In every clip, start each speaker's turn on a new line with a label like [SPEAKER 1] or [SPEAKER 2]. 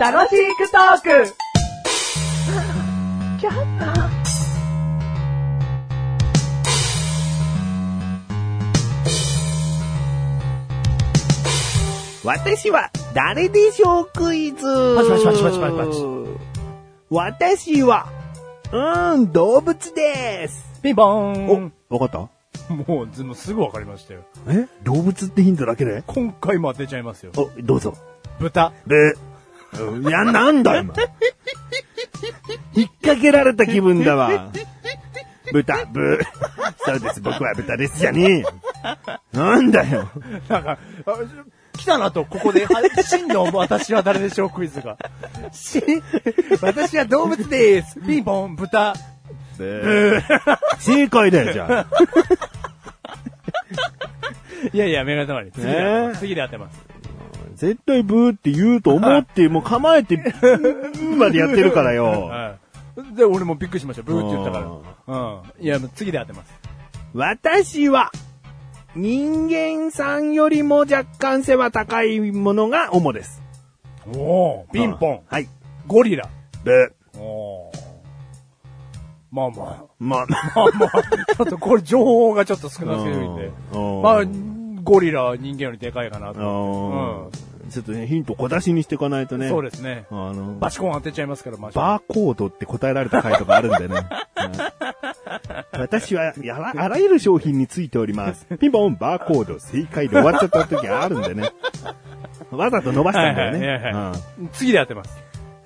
[SPEAKER 1] 楽しくトーク
[SPEAKER 2] 私は誰でしょうクイズ
[SPEAKER 3] パチパチパチパチパチパチ
[SPEAKER 2] 私は、うーん、動物です。
[SPEAKER 3] ピンポーン
[SPEAKER 2] お、わかっ
[SPEAKER 3] もう、ずもうすぐわかりましたよ。
[SPEAKER 2] たえ動物ってヒントだけで
[SPEAKER 3] 今回も当てちゃいますよ。
[SPEAKER 2] お、どうぞ。
[SPEAKER 3] 豚。
[SPEAKER 2] で、いや、なんだ今。引っ掛けられた気分だわ。豚、ブそうです、僕は豚ですじゃねえよ。なんだよ。
[SPEAKER 3] なんか、あ来たなと、ここで、あ真の私は誰でしょうクイズが。し、私は動物です。ピンポン、豚。
[SPEAKER 2] ブー正解だよ、じゃあ。
[SPEAKER 3] いやいや、メガネたまに。次で当てます、
[SPEAKER 2] ね
[SPEAKER 3] 次で当てます。
[SPEAKER 2] 絶対ブーって言うと思って、もう構えて、ブーまでやってるからよ。
[SPEAKER 3] はい。で、俺もびっくりしました。ブーって言ったから。うん。いや、もう次で当てます。
[SPEAKER 2] 私は、人間さんよりも若干背は高いものが主です。
[SPEAKER 3] おおピンポン。
[SPEAKER 2] はい。
[SPEAKER 3] ゴリラ。
[SPEAKER 2] ブー。
[SPEAKER 3] おおまあまあ。
[SPEAKER 2] まあ、
[SPEAKER 3] まあまあ、ちょっとこれ情報がちょっと少なすぎるんで。
[SPEAKER 2] うん
[SPEAKER 3] まあ、ゴリラは人間よりでかいかな
[SPEAKER 2] あ
[SPEAKER 3] と。
[SPEAKER 2] のーちょっとね、ヒント小出しにしていかないとね。
[SPEAKER 3] そうですね。
[SPEAKER 2] あの
[SPEAKER 3] バチコン当てちゃいますから、マジで。
[SPEAKER 2] バーコードって答えられた回とかあるんで ね。はい私はやら、あらゆる商品についております。ピンポン、バーコード、正解で終わっちゃった時あるんでね。わざと伸ばしたんだよね。
[SPEAKER 3] はいはいはいはい
[SPEAKER 2] うん
[SPEAKER 3] 次で当てます。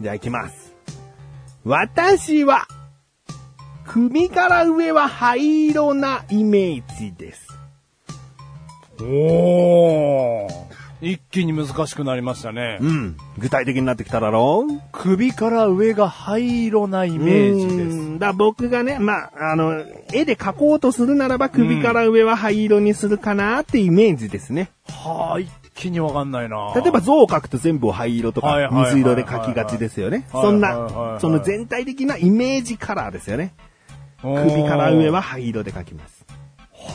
[SPEAKER 2] じゃあ行きます。私は、首から上は灰色なイメージです。
[SPEAKER 3] おー。一気に難しくなりましたね。
[SPEAKER 2] うん。具体的になってきただろう
[SPEAKER 3] 首から上が灰色なイ
[SPEAKER 2] イ
[SPEAKER 3] メージです。。
[SPEAKER 2] だから僕がね、まあ、あの、絵で描こうとするならば首から上は灰色にするかなっていうイメージですね。
[SPEAKER 3] はあ、一気にわかんないな
[SPEAKER 2] 例えば、象を描くと全部を灰色と
[SPEAKER 3] はい
[SPEAKER 2] か
[SPEAKER 3] はいはいはい
[SPEAKER 2] 水色で描きがちですよね。
[SPEAKER 3] はいは
[SPEAKER 2] そ
[SPEAKER 3] い
[SPEAKER 2] ん
[SPEAKER 3] はいはいは
[SPEAKER 2] な、
[SPEAKER 3] い
[SPEAKER 2] その全体的なイメージカラーですよね。首
[SPEAKER 3] 首
[SPEAKER 2] から上。は灰色で描きます。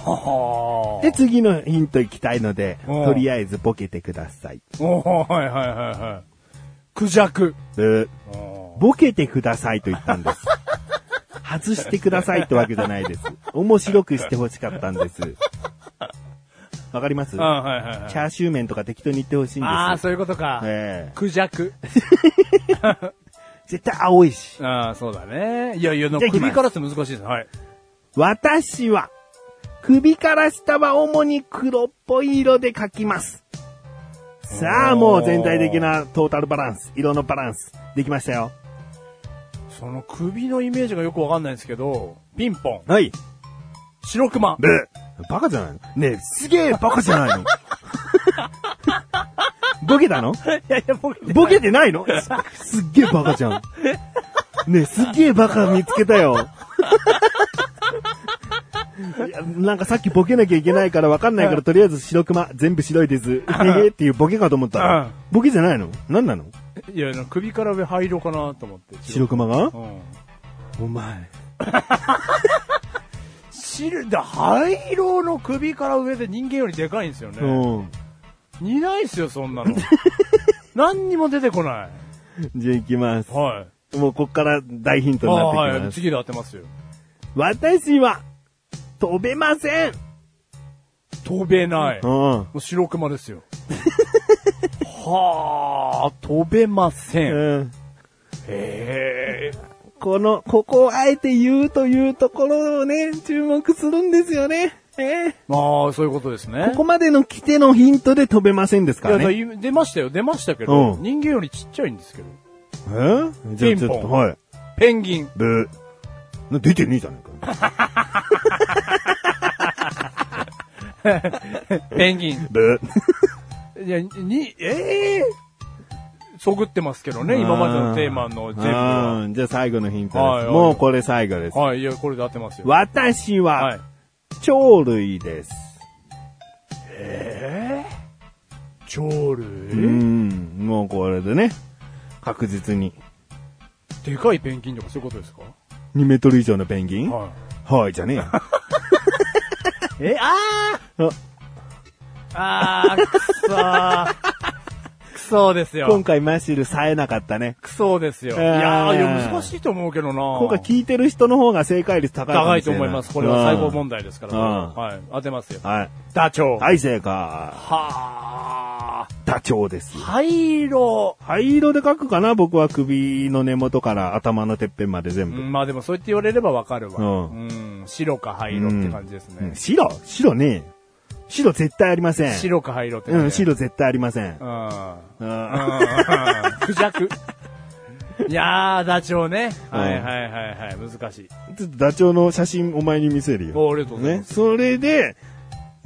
[SPEAKER 3] はあ。
[SPEAKER 2] で、次のヒント行きたいので、
[SPEAKER 3] うん
[SPEAKER 2] とりあえずボケてください。
[SPEAKER 3] おーはいはいはいはい。クジャク。
[SPEAKER 2] えーボケてくださいと言ったんです。 外してくださいってわけじゃないです。面白くしてほしかったんです。わかりますチ
[SPEAKER 3] あ
[SPEAKER 2] ャ
[SPEAKER 3] はいはいはい。
[SPEAKER 2] ーシュー麺とか適当に言ってほしいんです。
[SPEAKER 3] ああ、そういうことか。
[SPEAKER 2] ええ
[SPEAKER 3] クジャク。
[SPEAKER 2] 絶対青いし。
[SPEAKER 3] ああ、そうだね。いやいや、でも
[SPEAKER 2] じゃあ行きます
[SPEAKER 3] 首からって難しいです。はい。
[SPEAKER 2] 私は、首から下は主に黒っぽい色で描きます。さあ、もう全体的なトータルバランス、色のバランス、できましたよ。
[SPEAKER 3] その首のイメージがよくわかんないんですけど、ピンポン、
[SPEAKER 2] はい。
[SPEAKER 3] 白熊、
[SPEAKER 2] ブーバカじゃないのねえ、すげえバカじゃ ないのボケたの
[SPEAKER 3] いやいや、僕、
[SPEAKER 2] ボケてないの すっげえバカじゃん。ねえ、すっげえバカ見つけたよ。いやなんかさっきボケなきゃいけないからわかんないから、とりあえず白熊、全部白いです。へへっていうボケかと思った
[SPEAKER 3] うん
[SPEAKER 2] ら、ボケじゃないの何なの
[SPEAKER 3] いや、なんか首から上灰色かなと思って。
[SPEAKER 2] 白熊が
[SPEAKER 3] うん。
[SPEAKER 2] お前。
[SPEAKER 3] 白、だ、灰色の首から上で人間よりでかいんですよ
[SPEAKER 2] う
[SPEAKER 3] ね。
[SPEAKER 2] ん。
[SPEAKER 3] 似ないっすよ、そんな の。何にも出てこない。
[SPEAKER 2] じゃあ行きます。
[SPEAKER 3] はい。
[SPEAKER 2] もうこっから大ヒントになってき
[SPEAKER 3] あ
[SPEAKER 2] ま
[SPEAKER 3] あ
[SPEAKER 2] す。
[SPEAKER 3] はい、次で当てますよ。
[SPEAKER 2] 私は、飛べません。
[SPEAKER 3] 飛べない。も
[SPEAKER 2] うん。
[SPEAKER 3] う白熊で すよ。はあ、飛べません。
[SPEAKER 2] うん。
[SPEAKER 3] へえ。
[SPEAKER 2] この、ここをあえて言うというところをね、注目するんですよね。え
[SPEAKER 3] まあ、そういうことですね。
[SPEAKER 2] えここまでの来てのヒントで飛べませんです
[SPEAKER 3] い
[SPEAKER 2] か
[SPEAKER 3] や
[SPEAKER 2] ら
[SPEAKER 3] だから
[SPEAKER 2] ね。
[SPEAKER 3] 今出ましたよ、出ましたけど、
[SPEAKER 2] うん
[SPEAKER 3] 人間よりちっちゃいんですけど。
[SPEAKER 2] えじゃあちょ
[SPEAKER 3] ピ
[SPEAKER 2] っ
[SPEAKER 3] ン
[SPEAKER 2] と、
[SPEAKER 3] ポン
[SPEAKER 2] はい。
[SPEAKER 3] ペンギン。
[SPEAKER 2] ブー。な出てねえじゃねえか。
[SPEAKER 3] ペンギン。
[SPEAKER 2] ブ
[SPEAKER 3] いや、に、ええそぐってますけどね、
[SPEAKER 2] ー。
[SPEAKER 3] 今までのテーマの全部は。
[SPEAKER 2] うんじゃあ最後のヒント
[SPEAKER 3] はい
[SPEAKER 2] で
[SPEAKER 3] は
[SPEAKER 2] す。
[SPEAKER 3] い
[SPEAKER 2] もうこれ最後です。
[SPEAKER 3] はい、いや、これで当てますよ。
[SPEAKER 2] 私
[SPEAKER 3] はい
[SPEAKER 2] は、。鳥類です。
[SPEAKER 3] えぇ、
[SPEAKER 2] う
[SPEAKER 3] 鳥類
[SPEAKER 2] ん。もうこれでね、確実に。
[SPEAKER 3] でかいペンギンとかそういうことですか
[SPEAKER 2] 2メートル以上のペンギン
[SPEAKER 3] は
[SPEAKER 2] はい、じゃねえよ。
[SPEAKER 3] い。え、あ
[SPEAKER 2] あ
[SPEAKER 3] ーあー、くそー。そうです
[SPEAKER 2] 今
[SPEAKER 3] よ。
[SPEAKER 2] 回マシル冴えなかったね。
[SPEAKER 3] クソですよ。
[SPEAKER 2] え
[SPEAKER 3] い
[SPEAKER 2] ー
[SPEAKER 3] やー、いや難しいと思うけどな
[SPEAKER 2] 今回聞いてる人の方が正解率高いか
[SPEAKER 3] 高
[SPEAKER 2] も
[SPEAKER 3] い
[SPEAKER 2] し
[SPEAKER 3] と
[SPEAKER 2] れな
[SPEAKER 3] 思います。これは細胞問
[SPEAKER 2] 題。
[SPEAKER 3] 題ですから。
[SPEAKER 2] うん
[SPEAKER 3] はい。当てますよ。
[SPEAKER 2] はい。
[SPEAKER 3] ダチョウ。
[SPEAKER 2] はい、正解。
[SPEAKER 3] はー。
[SPEAKER 2] ダチョウです。
[SPEAKER 3] 灰色。
[SPEAKER 2] 灰色で書くかな僕は首の根元から頭のてっぺんまで全
[SPEAKER 3] う
[SPEAKER 2] 部。
[SPEAKER 3] んまあでもそう言って言われればわかるわ。
[SPEAKER 2] う
[SPEAKER 3] うん白か灰色って感じです
[SPEAKER 2] うん
[SPEAKER 3] ね。
[SPEAKER 2] 白白ねえ白絶対ありません。。
[SPEAKER 3] 白か灰色って感じ。
[SPEAKER 2] うん、。白絶対ありません
[SPEAKER 3] う。
[SPEAKER 2] う
[SPEAKER 3] ん。
[SPEAKER 2] ん
[SPEAKER 3] ク ジャク。いやー、ダチョウね。
[SPEAKER 2] うん
[SPEAKER 3] はいはいはいはい。難しい。
[SPEAKER 2] ちょっとダチョウの写真お前に見せるよ。
[SPEAKER 3] おありがとうござい
[SPEAKER 2] ね
[SPEAKER 3] ま。す。
[SPEAKER 2] それで、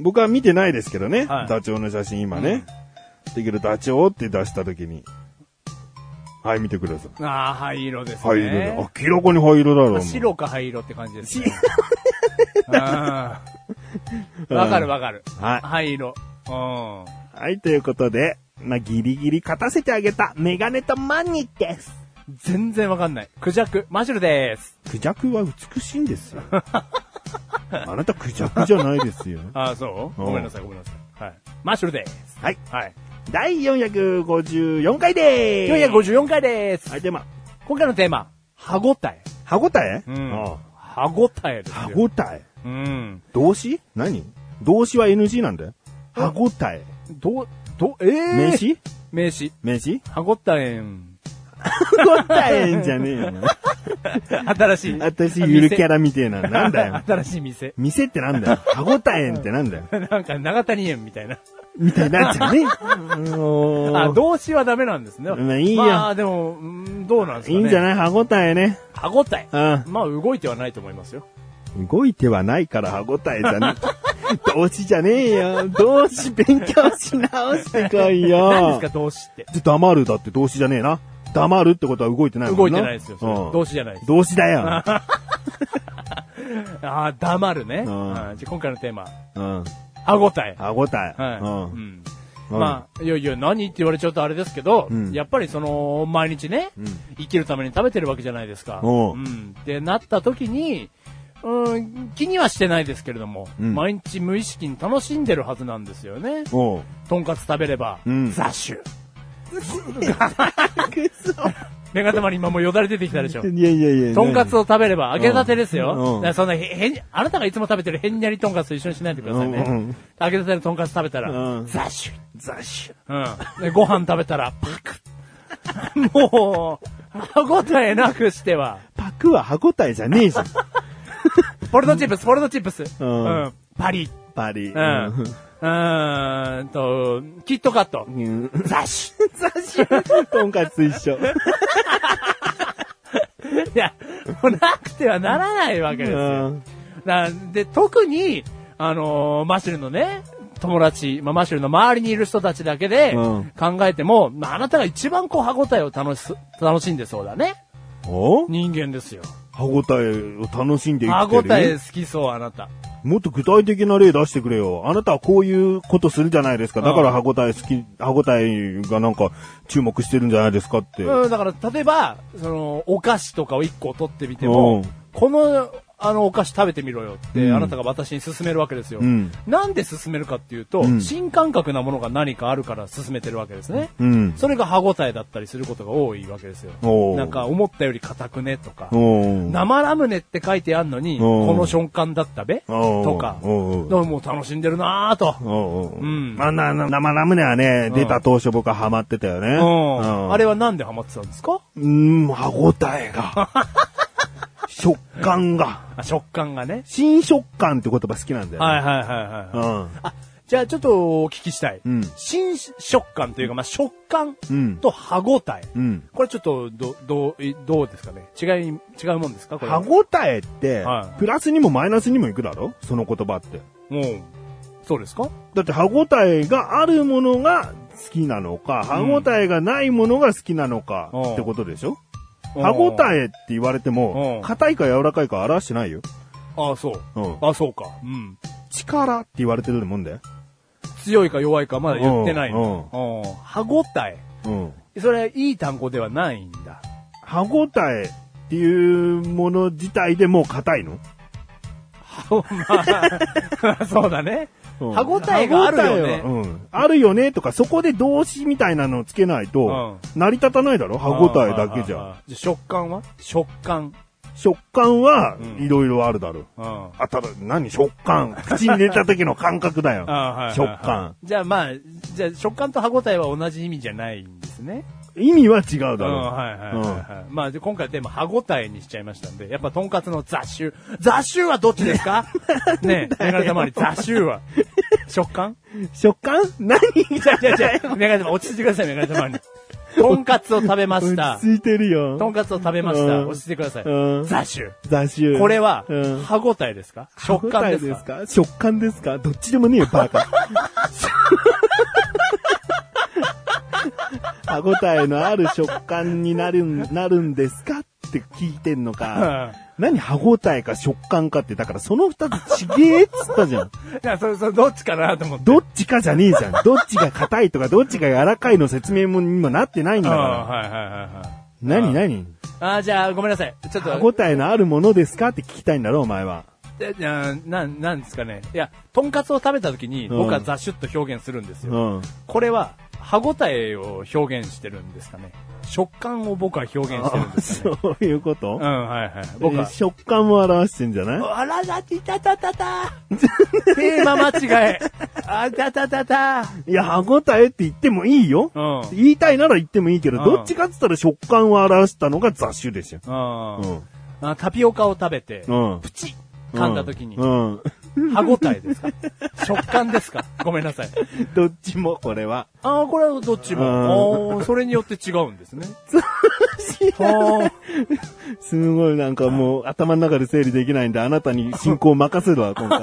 [SPEAKER 2] 僕は見てないですけどね。
[SPEAKER 3] はい
[SPEAKER 2] ダチョウの写真今ね。だけどダチョウって出した時に。はい、見てください。
[SPEAKER 3] あー、灰色ですね。
[SPEAKER 2] 灰色だ。明らかに灰色だろ。お前
[SPEAKER 3] 白か灰色って感じです、ね。うんわかるわかる。
[SPEAKER 2] はい
[SPEAKER 3] 灰色。うん。
[SPEAKER 2] はい、ということで、まあ、ギリギリ勝たせてあげたメガネとマニーです。
[SPEAKER 3] 全然わかんない。クジャク、マシュルです。
[SPEAKER 2] クジャクは美しいんです よ。あなたクジャクじゃないですよ。
[SPEAKER 3] あー、そう
[SPEAKER 2] うん
[SPEAKER 3] ごめんなさい、ごめんなさい。はい。マシュルです。
[SPEAKER 2] はい、
[SPEAKER 3] はい。
[SPEAKER 2] 第454回でーす。
[SPEAKER 3] 454回です。
[SPEAKER 2] はい、でま
[SPEAKER 3] 今回のテーマ、歯ごたえ。
[SPEAKER 2] 歯応え
[SPEAKER 3] うん
[SPEAKER 2] ああ
[SPEAKER 3] 歯ごたえですよ。
[SPEAKER 2] 歯応え
[SPEAKER 3] うん。
[SPEAKER 2] 動詞何動詞は NG なんだよ。歯応え。
[SPEAKER 3] どう、どう、えー、
[SPEAKER 2] 名詞
[SPEAKER 3] 名詞。
[SPEAKER 2] 名詞
[SPEAKER 3] 歯ごたえん。
[SPEAKER 2] 歯応えんじゃねえよな。
[SPEAKER 3] 新し い。
[SPEAKER 2] 私、ゆるキャ
[SPEAKER 3] ラ。
[SPEAKER 2] ラみてえな。なんだよ。
[SPEAKER 3] 新しい店。
[SPEAKER 2] 店ってなんだよ。歯応えんってなんだよ。
[SPEAKER 3] なんか、長谷園みたいな。
[SPEAKER 2] みたいになっちゃうね。あのー
[SPEAKER 3] あ、動詞はダメなんですね。
[SPEAKER 2] まあいいや
[SPEAKER 3] まあ、でも、うんどうなんです
[SPEAKER 2] い
[SPEAKER 3] かね。
[SPEAKER 2] いんじゃ
[SPEAKER 3] い
[SPEAKER 2] ない歯応えね。
[SPEAKER 3] 歯ごたえ。
[SPEAKER 2] う
[SPEAKER 3] まあ、動いてはないと思いますよ。
[SPEAKER 2] ん。動いてはないから歯応えじ ゃねえ。動詞じゃねえよ。動詞勉強し直してこい
[SPEAKER 3] 何
[SPEAKER 2] よ
[SPEAKER 3] で。すか、動詞って。
[SPEAKER 2] で黙るだって動詞じゃねえな。黙るってことは動いてないも
[SPEAKER 3] 動
[SPEAKER 2] ん
[SPEAKER 3] い
[SPEAKER 2] な。
[SPEAKER 3] てないですよ。それ
[SPEAKER 2] うん
[SPEAKER 3] 動詞じゃないです。
[SPEAKER 2] 動詞 だよ。
[SPEAKER 3] ああ、黙るね。うん
[SPEAKER 2] ん
[SPEAKER 3] じゃあ、今回のテーマ、
[SPEAKER 2] うん。
[SPEAKER 3] 歯ごたえ。
[SPEAKER 2] 歯応え。
[SPEAKER 3] はい。うん。
[SPEAKER 2] うん
[SPEAKER 3] まあ、いやいや、何って言われちゃうとあれですけど、
[SPEAKER 2] うん
[SPEAKER 3] やっぱりその、毎日ね、
[SPEAKER 2] うん。
[SPEAKER 3] 生きるために食べてるわけじゃないですか。。
[SPEAKER 2] おうん
[SPEAKER 3] ってなった時に、うん、気にはしてないですけれども、
[SPEAKER 2] うん
[SPEAKER 3] 毎日無意識に楽しんでるはずなんですよね。
[SPEAKER 2] おう。
[SPEAKER 3] とんかつ食べれば、
[SPEAKER 2] うん
[SPEAKER 3] ザッシュ。 メガネまり今もうよだれ出てきたでしょ。
[SPEAKER 2] いやいやいや。
[SPEAKER 3] とんかつを食べれば、揚げたてですよ。
[SPEAKER 2] うんうん
[SPEAKER 3] だからそんなへ、へん、あなたがいつも食べてるへんにゃりとんかつと一緒にしないでくださいね。
[SPEAKER 2] うんうん
[SPEAKER 3] 揚げたてのとんかつ食べたら、
[SPEAKER 2] うん
[SPEAKER 3] ザッシュ。
[SPEAKER 2] ザシ
[SPEAKER 3] うん。で、ご飯食べたら、パクッ。もう、歯ごたえなくしては。
[SPEAKER 2] パクは歯応えじゃねえ じゃん。やっ
[SPEAKER 3] ポルトチップス、ポルトチップス。
[SPEAKER 2] ん
[SPEAKER 3] うんパリ。
[SPEAKER 2] ぱり。
[SPEAKER 3] うん。うーんと、キットカット。
[SPEAKER 2] うん。
[SPEAKER 3] ザシ
[SPEAKER 2] ザシとんかつ 一緒。
[SPEAKER 3] ュ。いや、もうなくてはならないわけですよ。なで、特に、あのーマシュルのね、友達、まあ、マシュルの周りにいる人たちだけで
[SPEAKER 2] うん
[SPEAKER 3] 考えても、まあ、あなたが一番こう歯応えを楽しす、楽しんでそうだね。
[SPEAKER 2] お
[SPEAKER 3] 人間ですよ。
[SPEAKER 2] 歯応えを楽しんで
[SPEAKER 3] 歯
[SPEAKER 2] 生
[SPEAKER 3] 応
[SPEAKER 2] きてる
[SPEAKER 3] え好きそう、あなた。
[SPEAKER 2] もっと具体的な例出してくれよ。あなたはこういうことするじゃないですか。だから歯応え好き、歯応えがなんか注目してるんじゃないですかって。
[SPEAKER 3] うん、だから、例えば、その、お菓子とかを1個取ってみて
[SPEAKER 2] う
[SPEAKER 3] も
[SPEAKER 2] ん、
[SPEAKER 3] この、あの、お菓子食べてみろよって、
[SPEAKER 2] うん
[SPEAKER 3] あなたが私に勧めるわけですよ。
[SPEAKER 2] うん
[SPEAKER 3] なんで勧めるかっていうと、
[SPEAKER 2] うん
[SPEAKER 3] 新感覚なものが何かあるから勧めてるわけですね。
[SPEAKER 2] うん。
[SPEAKER 3] それが歯応えだったりすることが多いわけですよ。
[SPEAKER 2] おう
[SPEAKER 3] なんか、思ったより硬くねとか、
[SPEAKER 2] おう
[SPEAKER 3] 生ラムネって書いてあんのに、
[SPEAKER 2] うん
[SPEAKER 3] この瞬間だったべ
[SPEAKER 2] おう
[SPEAKER 3] とか、
[SPEAKER 2] おうおう
[SPEAKER 3] でももう楽しんでるなぁと。
[SPEAKER 2] おうおう
[SPEAKER 3] うん
[SPEAKER 2] まあな、な生ラムネはね、出た当初僕はハマってたよね。
[SPEAKER 3] うん。あれ
[SPEAKER 2] は
[SPEAKER 3] はなんでハマってたんですか
[SPEAKER 2] うん、歯応え が。食感が。
[SPEAKER 3] あ食感がね。
[SPEAKER 2] 新食感って言葉好きなんだよ、ね。
[SPEAKER 3] はいはいはいはいはい。
[SPEAKER 2] うん。
[SPEAKER 3] あ、じゃあちょっとお聞きしたい。
[SPEAKER 2] うん
[SPEAKER 3] 新食感というか、まあ、食感
[SPEAKER 2] うん
[SPEAKER 3] と歯応え。
[SPEAKER 2] うん。
[SPEAKER 3] これちょっと、ど、どう、いどうですかね違い、違うもんですかこれ。
[SPEAKER 2] 歯応えって、
[SPEAKER 3] はい
[SPEAKER 2] プラスにもマイナスにもいくだろその言葉って。
[SPEAKER 3] もう、そうですか
[SPEAKER 2] だって歯応えがあるものが好きなのか、歯応えがないものが好きなのか
[SPEAKER 3] うん
[SPEAKER 2] ってことでしょ
[SPEAKER 3] うん
[SPEAKER 2] 歯応えって言われても
[SPEAKER 3] う、ん
[SPEAKER 2] 硬いか柔らかいか表してないよ。
[SPEAKER 3] ああ、そう。
[SPEAKER 2] うん
[SPEAKER 3] ああ、そうか。うん。
[SPEAKER 2] 力って言われてるもんだよ。
[SPEAKER 3] 強いか弱いかまだ言ってないの。
[SPEAKER 2] う
[SPEAKER 3] うん歯応
[SPEAKER 2] うん。
[SPEAKER 3] え。それ、いい単語ではないんだ。
[SPEAKER 2] 歯応えっていうもの自体でもう硬いの
[SPEAKER 3] まあ そうだね。
[SPEAKER 2] うん
[SPEAKER 3] 歯応えがあるよね
[SPEAKER 2] 歯。応えはうん。あるよねとか、そこで動詞みたいなのをつけないと、成り立たないだろ歯応えだけじ
[SPEAKER 3] あー。あー
[SPEAKER 2] ゃ。
[SPEAKER 3] あーじゃあ食感は食感。
[SPEAKER 2] 食感は
[SPEAKER 3] うん
[SPEAKER 2] いろいろあるだろ。
[SPEAKER 3] うん。あ
[SPEAKER 2] あ、ただ、何食感。口に入れた時の感覚だよ。
[SPEAKER 3] ーはいはいはい
[SPEAKER 2] 食感。
[SPEAKER 3] じゃあまあ、じゃあ食感と歯応えは同じ意味じゃないんですね。
[SPEAKER 2] 意味は違うだ
[SPEAKER 3] うん、
[SPEAKER 2] ろ。
[SPEAKER 3] はいはいはいはい。まあ、で今回テーマ、歯応えにしちゃいましたんで、やっぱ、とんかつの雑種。雑種はどっちで すかねえ、メガネたまわり、雑種は。食 感
[SPEAKER 2] 食感何
[SPEAKER 3] 違う違う違う。メガネたまわり落ち着いてください、メガネたまわり。とんかつを食べました
[SPEAKER 2] 落。ち着いてるよ。
[SPEAKER 3] とんかつを食べました。
[SPEAKER 2] うん
[SPEAKER 3] 落ち着いてください。
[SPEAKER 2] うん
[SPEAKER 3] 雑種。
[SPEAKER 2] 雑種。
[SPEAKER 3] これは
[SPEAKER 2] うん、
[SPEAKER 3] 歯応えですか食感ですか
[SPEAKER 2] か食感ですかどっちでもねえよ、バ カ。歯応えのある食感になるん、なるんですかって聞いてんのか。何歯応えか食感かって、だからその二つちげえっつったじゃん。
[SPEAKER 3] いや、それ、それ、どっちかなと思って。
[SPEAKER 2] どっちかじゃねえじゃん。どっちが硬いとかどっちが柔らかいの説明もにもなってないんだ
[SPEAKER 3] あ
[SPEAKER 2] から。
[SPEAKER 3] はいはいはいはい。
[SPEAKER 2] 何何
[SPEAKER 3] あーじゃあ、ごめんなさい。ちょっと
[SPEAKER 2] 歯、応えのあるものですかって聞きたいんだろ、お前 は。
[SPEAKER 3] えななん、なんですかね。いや、とんかつを食べた時に、
[SPEAKER 2] うん
[SPEAKER 3] 僕はザシュッと表現するんです
[SPEAKER 2] う
[SPEAKER 3] よ。
[SPEAKER 2] ん。
[SPEAKER 3] これは、歯応えを表現してるんですかね。食感を僕は表現してるんですかね。
[SPEAKER 2] そういうこと
[SPEAKER 3] うん、はいはい。僕
[SPEAKER 2] え
[SPEAKER 3] は
[SPEAKER 2] ー。食感を表してんじゃない
[SPEAKER 3] あらら、いたたたたテーマ間違え。あたたたた
[SPEAKER 2] いや、歯応えって言ってもいいよ。
[SPEAKER 3] うん。
[SPEAKER 2] 言いたいなら言ってもいいけ
[SPEAKER 3] う
[SPEAKER 2] ど、
[SPEAKER 3] ん
[SPEAKER 2] どっちかって言ったら食感を表したのが雑種でしょ。
[SPEAKER 3] うん
[SPEAKER 2] うん。
[SPEAKER 3] あタピオカを食べて、
[SPEAKER 2] うん。
[SPEAKER 3] プチッ噛んだ時に
[SPEAKER 2] う、ん。 うん
[SPEAKER 3] 歯応えですか食感ですかごめんなさい。
[SPEAKER 2] どっちもこれは。
[SPEAKER 3] ああ、これはどっちも。あーそれによって違うんです ね。は
[SPEAKER 2] すごいなんかもう頭の中で整理できないんで、あなたに進行を任せるわ、今回。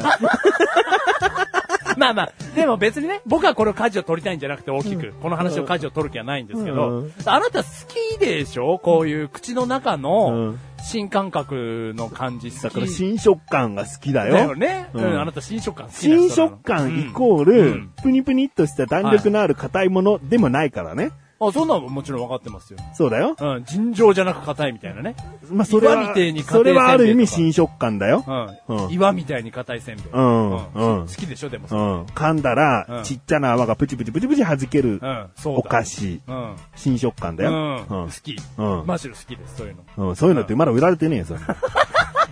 [SPEAKER 3] あまあまあ、でも別にね、僕はこれを舵を取りたいんじゃなくて大きく、この話を舵を取る気はないんですけ
[SPEAKER 2] う
[SPEAKER 3] ど
[SPEAKER 2] ん、
[SPEAKER 3] あなた好きでしょこういう口の中
[SPEAKER 2] う
[SPEAKER 3] の
[SPEAKER 2] ん
[SPEAKER 3] 新感覚の感じ好
[SPEAKER 2] だ
[SPEAKER 3] き。
[SPEAKER 2] から新食感が好きだ
[SPEAKER 3] だよ
[SPEAKER 2] よ。
[SPEAKER 3] ね。
[SPEAKER 2] う
[SPEAKER 3] う
[SPEAKER 2] ん
[SPEAKER 3] ん、あなた新食感好きな人
[SPEAKER 2] 新
[SPEAKER 3] なの
[SPEAKER 2] 食感イ
[SPEAKER 3] うん
[SPEAKER 2] コー
[SPEAKER 3] う
[SPEAKER 2] ル
[SPEAKER 3] ん、
[SPEAKER 2] プニプニっとした弾力のある硬いものでもないからね。
[SPEAKER 3] あ、そんなのもちろん分かってますよ。
[SPEAKER 2] そうだよ。
[SPEAKER 3] うん、尋常じゃなく硬いみたいなね。
[SPEAKER 2] まあ、それ
[SPEAKER 3] 今
[SPEAKER 2] は
[SPEAKER 3] みてえに、家庭
[SPEAKER 2] それはある意味
[SPEAKER 3] せんべ
[SPEAKER 2] 新食感だよ。
[SPEAKER 3] う
[SPEAKER 2] うん
[SPEAKER 3] ん。岩みたいに硬いせんべい。
[SPEAKER 2] うんうん
[SPEAKER 3] 好きでしょでも
[SPEAKER 2] う
[SPEAKER 3] それ
[SPEAKER 2] ん。噛んだ
[SPEAKER 3] う
[SPEAKER 2] ら
[SPEAKER 3] ん、
[SPEAKER 2] ちっちゃな泡がプチプチプチプチ弾ける
[SPEAKER 3] う。ん、そうだ。
[SPEAKER 2] お菓子。
[SPEAKER 3] うん。
[SPEAKER 2] 新食感だ
[SPEAKER 3] う
[SPEAKER 2] よ。
[SPEAKER 3] ん。好き。
[SPEAKER 2] うん
[SPEAKER 3] マシュル好きです、そういうの。
[SPEAKER 2] うん。うん。そういうのってまだ売られてねえよ、それ。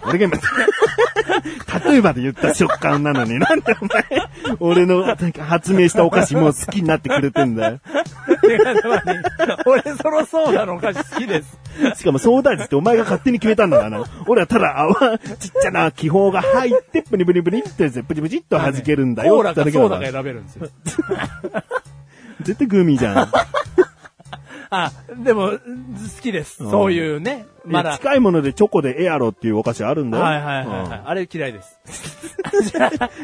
[SPEAKER 2] 俺が今、例えばで言った食感なのに、なんでお前、俺の発明したお菓子もう好きになってくれてんだよ。
[SPEAKER 3] メガネ割り俺そのソーダのお菓子好きです。
[SPEAKER 2] しかもソーダ味ってお前が勝手に決めたんだからな。俺はただ泡、ちっちゃな気泡が入って、プニプニプニって、プチプチっと弾けるんだよ。
[SPEAKER 3] コーラか
[SPEAKER 2] って言
[SPEAKER 3] ソー
[SPEAKER 2] った
[SPEAKER 3] ダ
[SPEAKER 2] だけだか
[SPEAKER 3] が選べるんですよ。
[SPEAKER 2] ら絶対グミじ ゃん。
[SPEAKER 3] あ、でも、好きです。
[SPEAKER 2] うん
[SPEAKER 3] そういうね。ま
[SPEAKER 2] いや
[SPEAKER 3] だ。
[SPEAKER 2] 近いものでチョコでエアロっていうお菓子あるんだよ。
[SPEAKER 3] はいはいはいはい。
[SPEAKER 2] う
[SPEAKER 3] あれ嫌いです。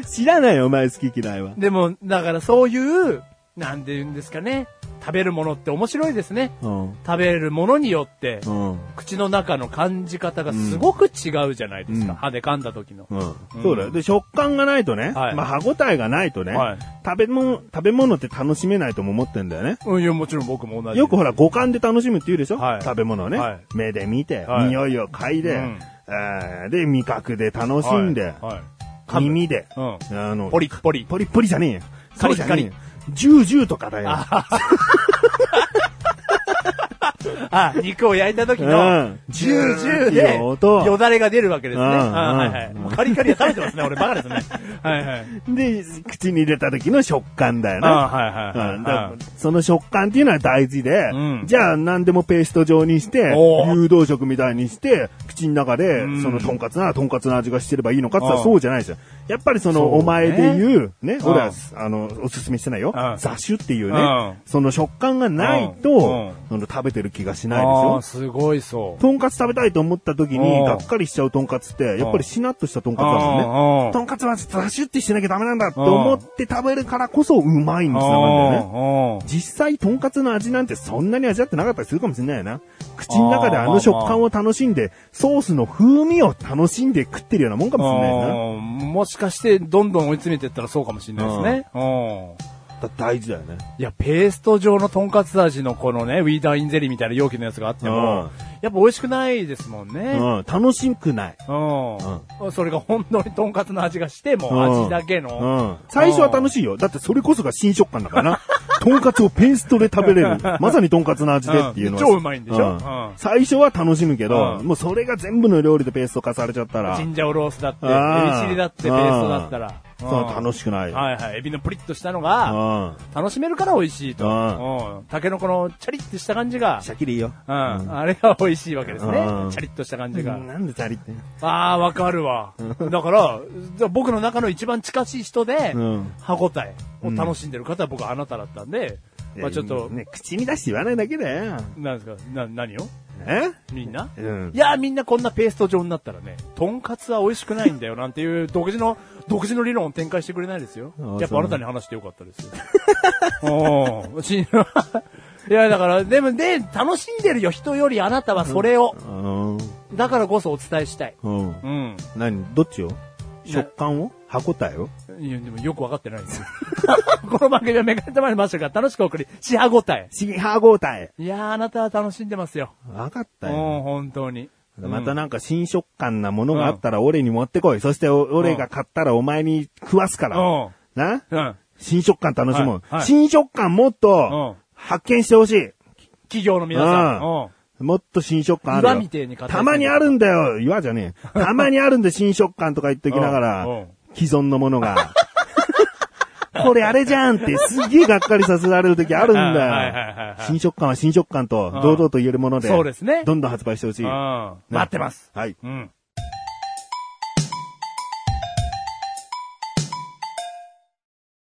[SPEAKER 2] ん 知らないよ、お前好き嫌いは。
[SPEAKER 3] でも、だからそういう、なんて言うんですかね。食べるものって面白いですね。
[SPEAKER 2] うん。
[SPEAKER 3] 食べるものによって、
[SPEAKER 2] うん。
[SPEAKER 3] 口の中の感じ方がすごく違うじゃないですか。
[SPEAKER 2] うん
[SPEAKER 3] 歯で噛んだ時の。
[SPEAKER 2] うん、そうだよ。で、食感がないとね、
[SPEAKER 3] はい
[SPEAKER 2] まあ、歯応えがないとね、
[SPEAKER 3] はい
[SPEAKER 2] 食べ物、食べ物って楽しめないとも思ってんだよね。
[SPEAKER 3] うん、いや、もちろん僕も同じです。
[SPEAKER 2] よくほら、五感で楽しむって言うでしょ、
[SPEAKER 3] はい
[SPEAKER 2] 食べ物をね、
[SPEAKER 3] はい
[SPEAKER 2] 目で見て、
[SPEAKER 3] はい
[SPEAKER 2] 匂いを嗅いで、
[SPEAKER 3] うん
[SPEAKER 2] えーで、味覚で楽しんで、
[SPEAKER 3] はいはい噛む
[SPEAKER 2] 耳で、
[SPEAKER 3] うん
[SPEAKER 2] あの、
[SPEAKER 3] ポリッポリ。
[SPEAKER 2] ポリッポリじゃねえよ。
[SPEAKER 3] カリッ
[SPEAKER 2] そうじゃねえよ。ジュージューとかだよ。
[SPEAKER 3] あ、肉を焼いた時
[SPEAKER 2] う
[SPEAKER 3] の
[SPEAKER 2] ん、
[SPEAKER 3] ジュージュー
[SPEAKER 2] ジューって
[SPEAKER 3] で、
[SPEAKER 2] いう音
[SPEAKER 3] よだれが出るわけですね。
[SPEAKER 2] うん
[SPEAKER 3] あはいは
[SPEAKER 2] う
[SPEAKER 3] い。
[SPEAKER 2] ん
[SPEAKER 3] もうカリカリは食べてますね。俺バカですね。はいはい。
[SPEAKER 2] で、口に入れた時の食感だよ
[SPEAKER 3] あ
[SPEAKER 2] な。
[SPEAKER 3] はいはいはい
[SPEAKER 2] うんだからその食感っていうのは大事で、
[SPEAKER 3] うん
[SPEAKER 2] じゃあ何でもペースト状にして
[SPEAKER 3] お、ー
[SPEAKER 2] 誘導食みたいにして、口の中で
[SPEAKER 3] うん、
[SPEAKER 2] そのトンカツならトンカツの味がしてればいいのかって言った
[SPEAKER 3] あ
[SPEAKER 2] ら
[SPEAKER 3] あ
[SPEAKER 2] そうじゃないですよ。やっぱりそ
[SPEAKER 3] そう
[SPEAKER 2] の
[SPEAKER 3] ね
[SPEAKER 2] お前で言う、ね、
[SPEAKER 3] ああ
[SPEAKER 2] 俺は、あの、おすすめしてないよ
[SPEAKER 3] ああ。
[SPEAKER 2] 雑種っていう
[SPEAKER 3] ああ
[SPEAKER 2] ね、その食感がない
[SPEAKER 3] うん
[SPEAKER 2] と、その食べてる気がしないでし
[SPEAKER 3] あー
[SPEAKER 2] ょ。
[SPEAKER 3] すごいそう。
[SPEAKER 2] トンカツ食べたいと思った時に、
[SPEAKER 3] あ
[SPEAKER 2] が
[SPEAKER 3] あ
[SPEAKER 2] っかりしちゃうトンカツって、やっぱりしなっとしたトンカツだもんね。
[SPEAKER 3] あー
[SPEAKER 2] とんかつはザシュってしてなきゃダメなんだって思って食べるからこそうまいにつながるんだよね。
[SPEAKER 3] あー
[SPEAKER 2] 実際、とんかつの味なんてそんなに味わってなかったりするかもしれないよな。口の中であの食感を楽しんで、ソースの風味を楽しんで食ってるようなもんかもしれないよ
[SPEAKER 3] あーもしかして、どんどん追い詰めていったらそうかもしれないですね。う
[SPEAKER 2] な。
[SPEAKER 3] ん
[SPEAKER 2] だって大事だよね。
[SPEAKER 3] いや、ペースト状のとんかつ味のこのね、ウィーダーインゼリーみたいな容器のやつがあっても、やっぱ美味しくないですもん
[SPEAKER 2] う
[SPEAKER 3] ね。
[SPEAKER 2] ん、楽しくない。
[SPEAKER 3] うん。それが本当にとんかつの味がして、もう味だけ
[SPEAKER 2] う
[SPEAKER 3] の。
[SPEAKER 2] ん。最初は楽しいよ。だってそれこそが新食感だ から。とんかつをペーストで食べ れる。まさにとんかつの味でっていうのは。
[SPEAKER 3] うん超うまいんでしょ
[SPEAKER 2] う
[SPEAKER 3] うん
[SPEAKER 2] 最初は楽しむけど、
[SPEAKER 3] うん
[SPEAKER 2] もうそれが全部の料理でペースト化されちゃったら。
[SPEAKER 3] ジンジャオロースだって、エビ
[SPEAKER 2] あー
[SPEAKER 3] チリだって、ペーストだったら。
[SPEAKER 2] その楽しくない。
[SPEAKER 3] はいはい。エビのプリッとしたの
[SPEAKER 2] う
[SPEAKER 3] が、
[SPEAKER 2] ん。
[SPEAKER 3] 楽しめるから美味しいと。
[SPEAKER 2] う
[SPEAKER 3] うん。タケノコのチャリッとした感じが、
[SPEAKER 2] シャキリよ。
[SPEAKER 3] うん。あれが美味しいわけですね
[SPEAKER 2] うん。
[SPEAKER 3] チャリッとした感じが。
[SPEAKER 2] なんでチャリって。
[SPEAKER 3] ああ、わかるわ。だから、じゃあ僕の中の一番近しい人で
[SPEAKER 2] うん、
[SPEAKER 3] 歯応えを楽しんでる方は僕はあなただったんで、まあちょっと、
[SPEAKER 2] ね、口に出して言わないだけだよ。
[SPEAKER 3] なんですか、な、何を
[SPEAKER 2] え
[SPEAKER 3] みんな
[SPEAKER 2] うん
[SPEAKER 3] い。やーみんなこんなペースト状になったらね、とんかつは美味しくないんだよなんていう独自の、独自の理論を展開してくれないですよ
[SPEAKER 2] あー。
[SPEAKER 3] やっぱあなたに話してよかったですよ。うんし いや、だから、でも、で、楽しんでるよ、人よりあなたはそれを。
[SPEAKER 2] うん。
[SPEAKER 3] だからこそお伝えしたい。
[SPEAKER 2] うん。
[SPEAKER 3] うん。
[SPEAKER 2] 何どっちを
[SPEAKER 3] いや
[SPEAKER 2] 食感を歯応えを
[SPEAKER 3] いや、でもよくわかってないですよ。 この番組はメガネたまりましたから楽しくお送り、しはごたえ。
[SPEAKER 2] し歯応え。
[SPEAKER 3] いやー、あなたは楽しんでますよ。
[SPEAKER 2] わかっ
[SPEAKER 3] う
[SPEAKER 2] た
[SPEAKER 3] ん、
[SPEAKER 2] よ。
[SPEAKER 3] 本当に。
[SPEAKER 2] また
[SPEAKER 3] うん
[SPEAKER 2] なんか新食感なものがあったら俺に持ってこい。そしてお俺が買ったらお前に食わすから。
[SPEAKER 3] うん。
[SPEAKER 2] な
[SPEAKER 3] うん。
[SPEAKER 2] 新食感楽しもう
[SPEAKER 3] はいは。い
[SPEAKER 2] 新食感もっと
[SPEAKER 3] うん
[SPEAKER 2] 発見してほしい。
[SPEAKER 3] 企業の皆さん。
[SPEAKER 2] うん
[SPEAKER 3] うん。
[SPEAKER 2] もっと新食感あるよ。
[SPEAKER 3] 岩みてえに硬い
[SPEAKER 2] たまにあるんだよ。岩じゃねえ。たまにあるんで新食感とか言っときながら
[SPEAKER 3] うんうん、
[SPEAKER 2] 既存のものが。 これあれじゃんってすげえがっかりさせられる時あるん
[SPEAKER 3] うん はいはいはい
[SPEAKER 2] だよ
[SPEAKER 3] は。い
[SPEAKER 2] 新食感は新食感と堂々と言えるもので、
[SPEAKER 3] そうですね
[SPEAKER 2] どんどん発売してほしい。
[SPEAKER 3] うん
[SPEAKER 2] ね
[SPEAKER 3] 待ってます。
[SPEAKER 2] はい。
[SPEAKER 3] うん。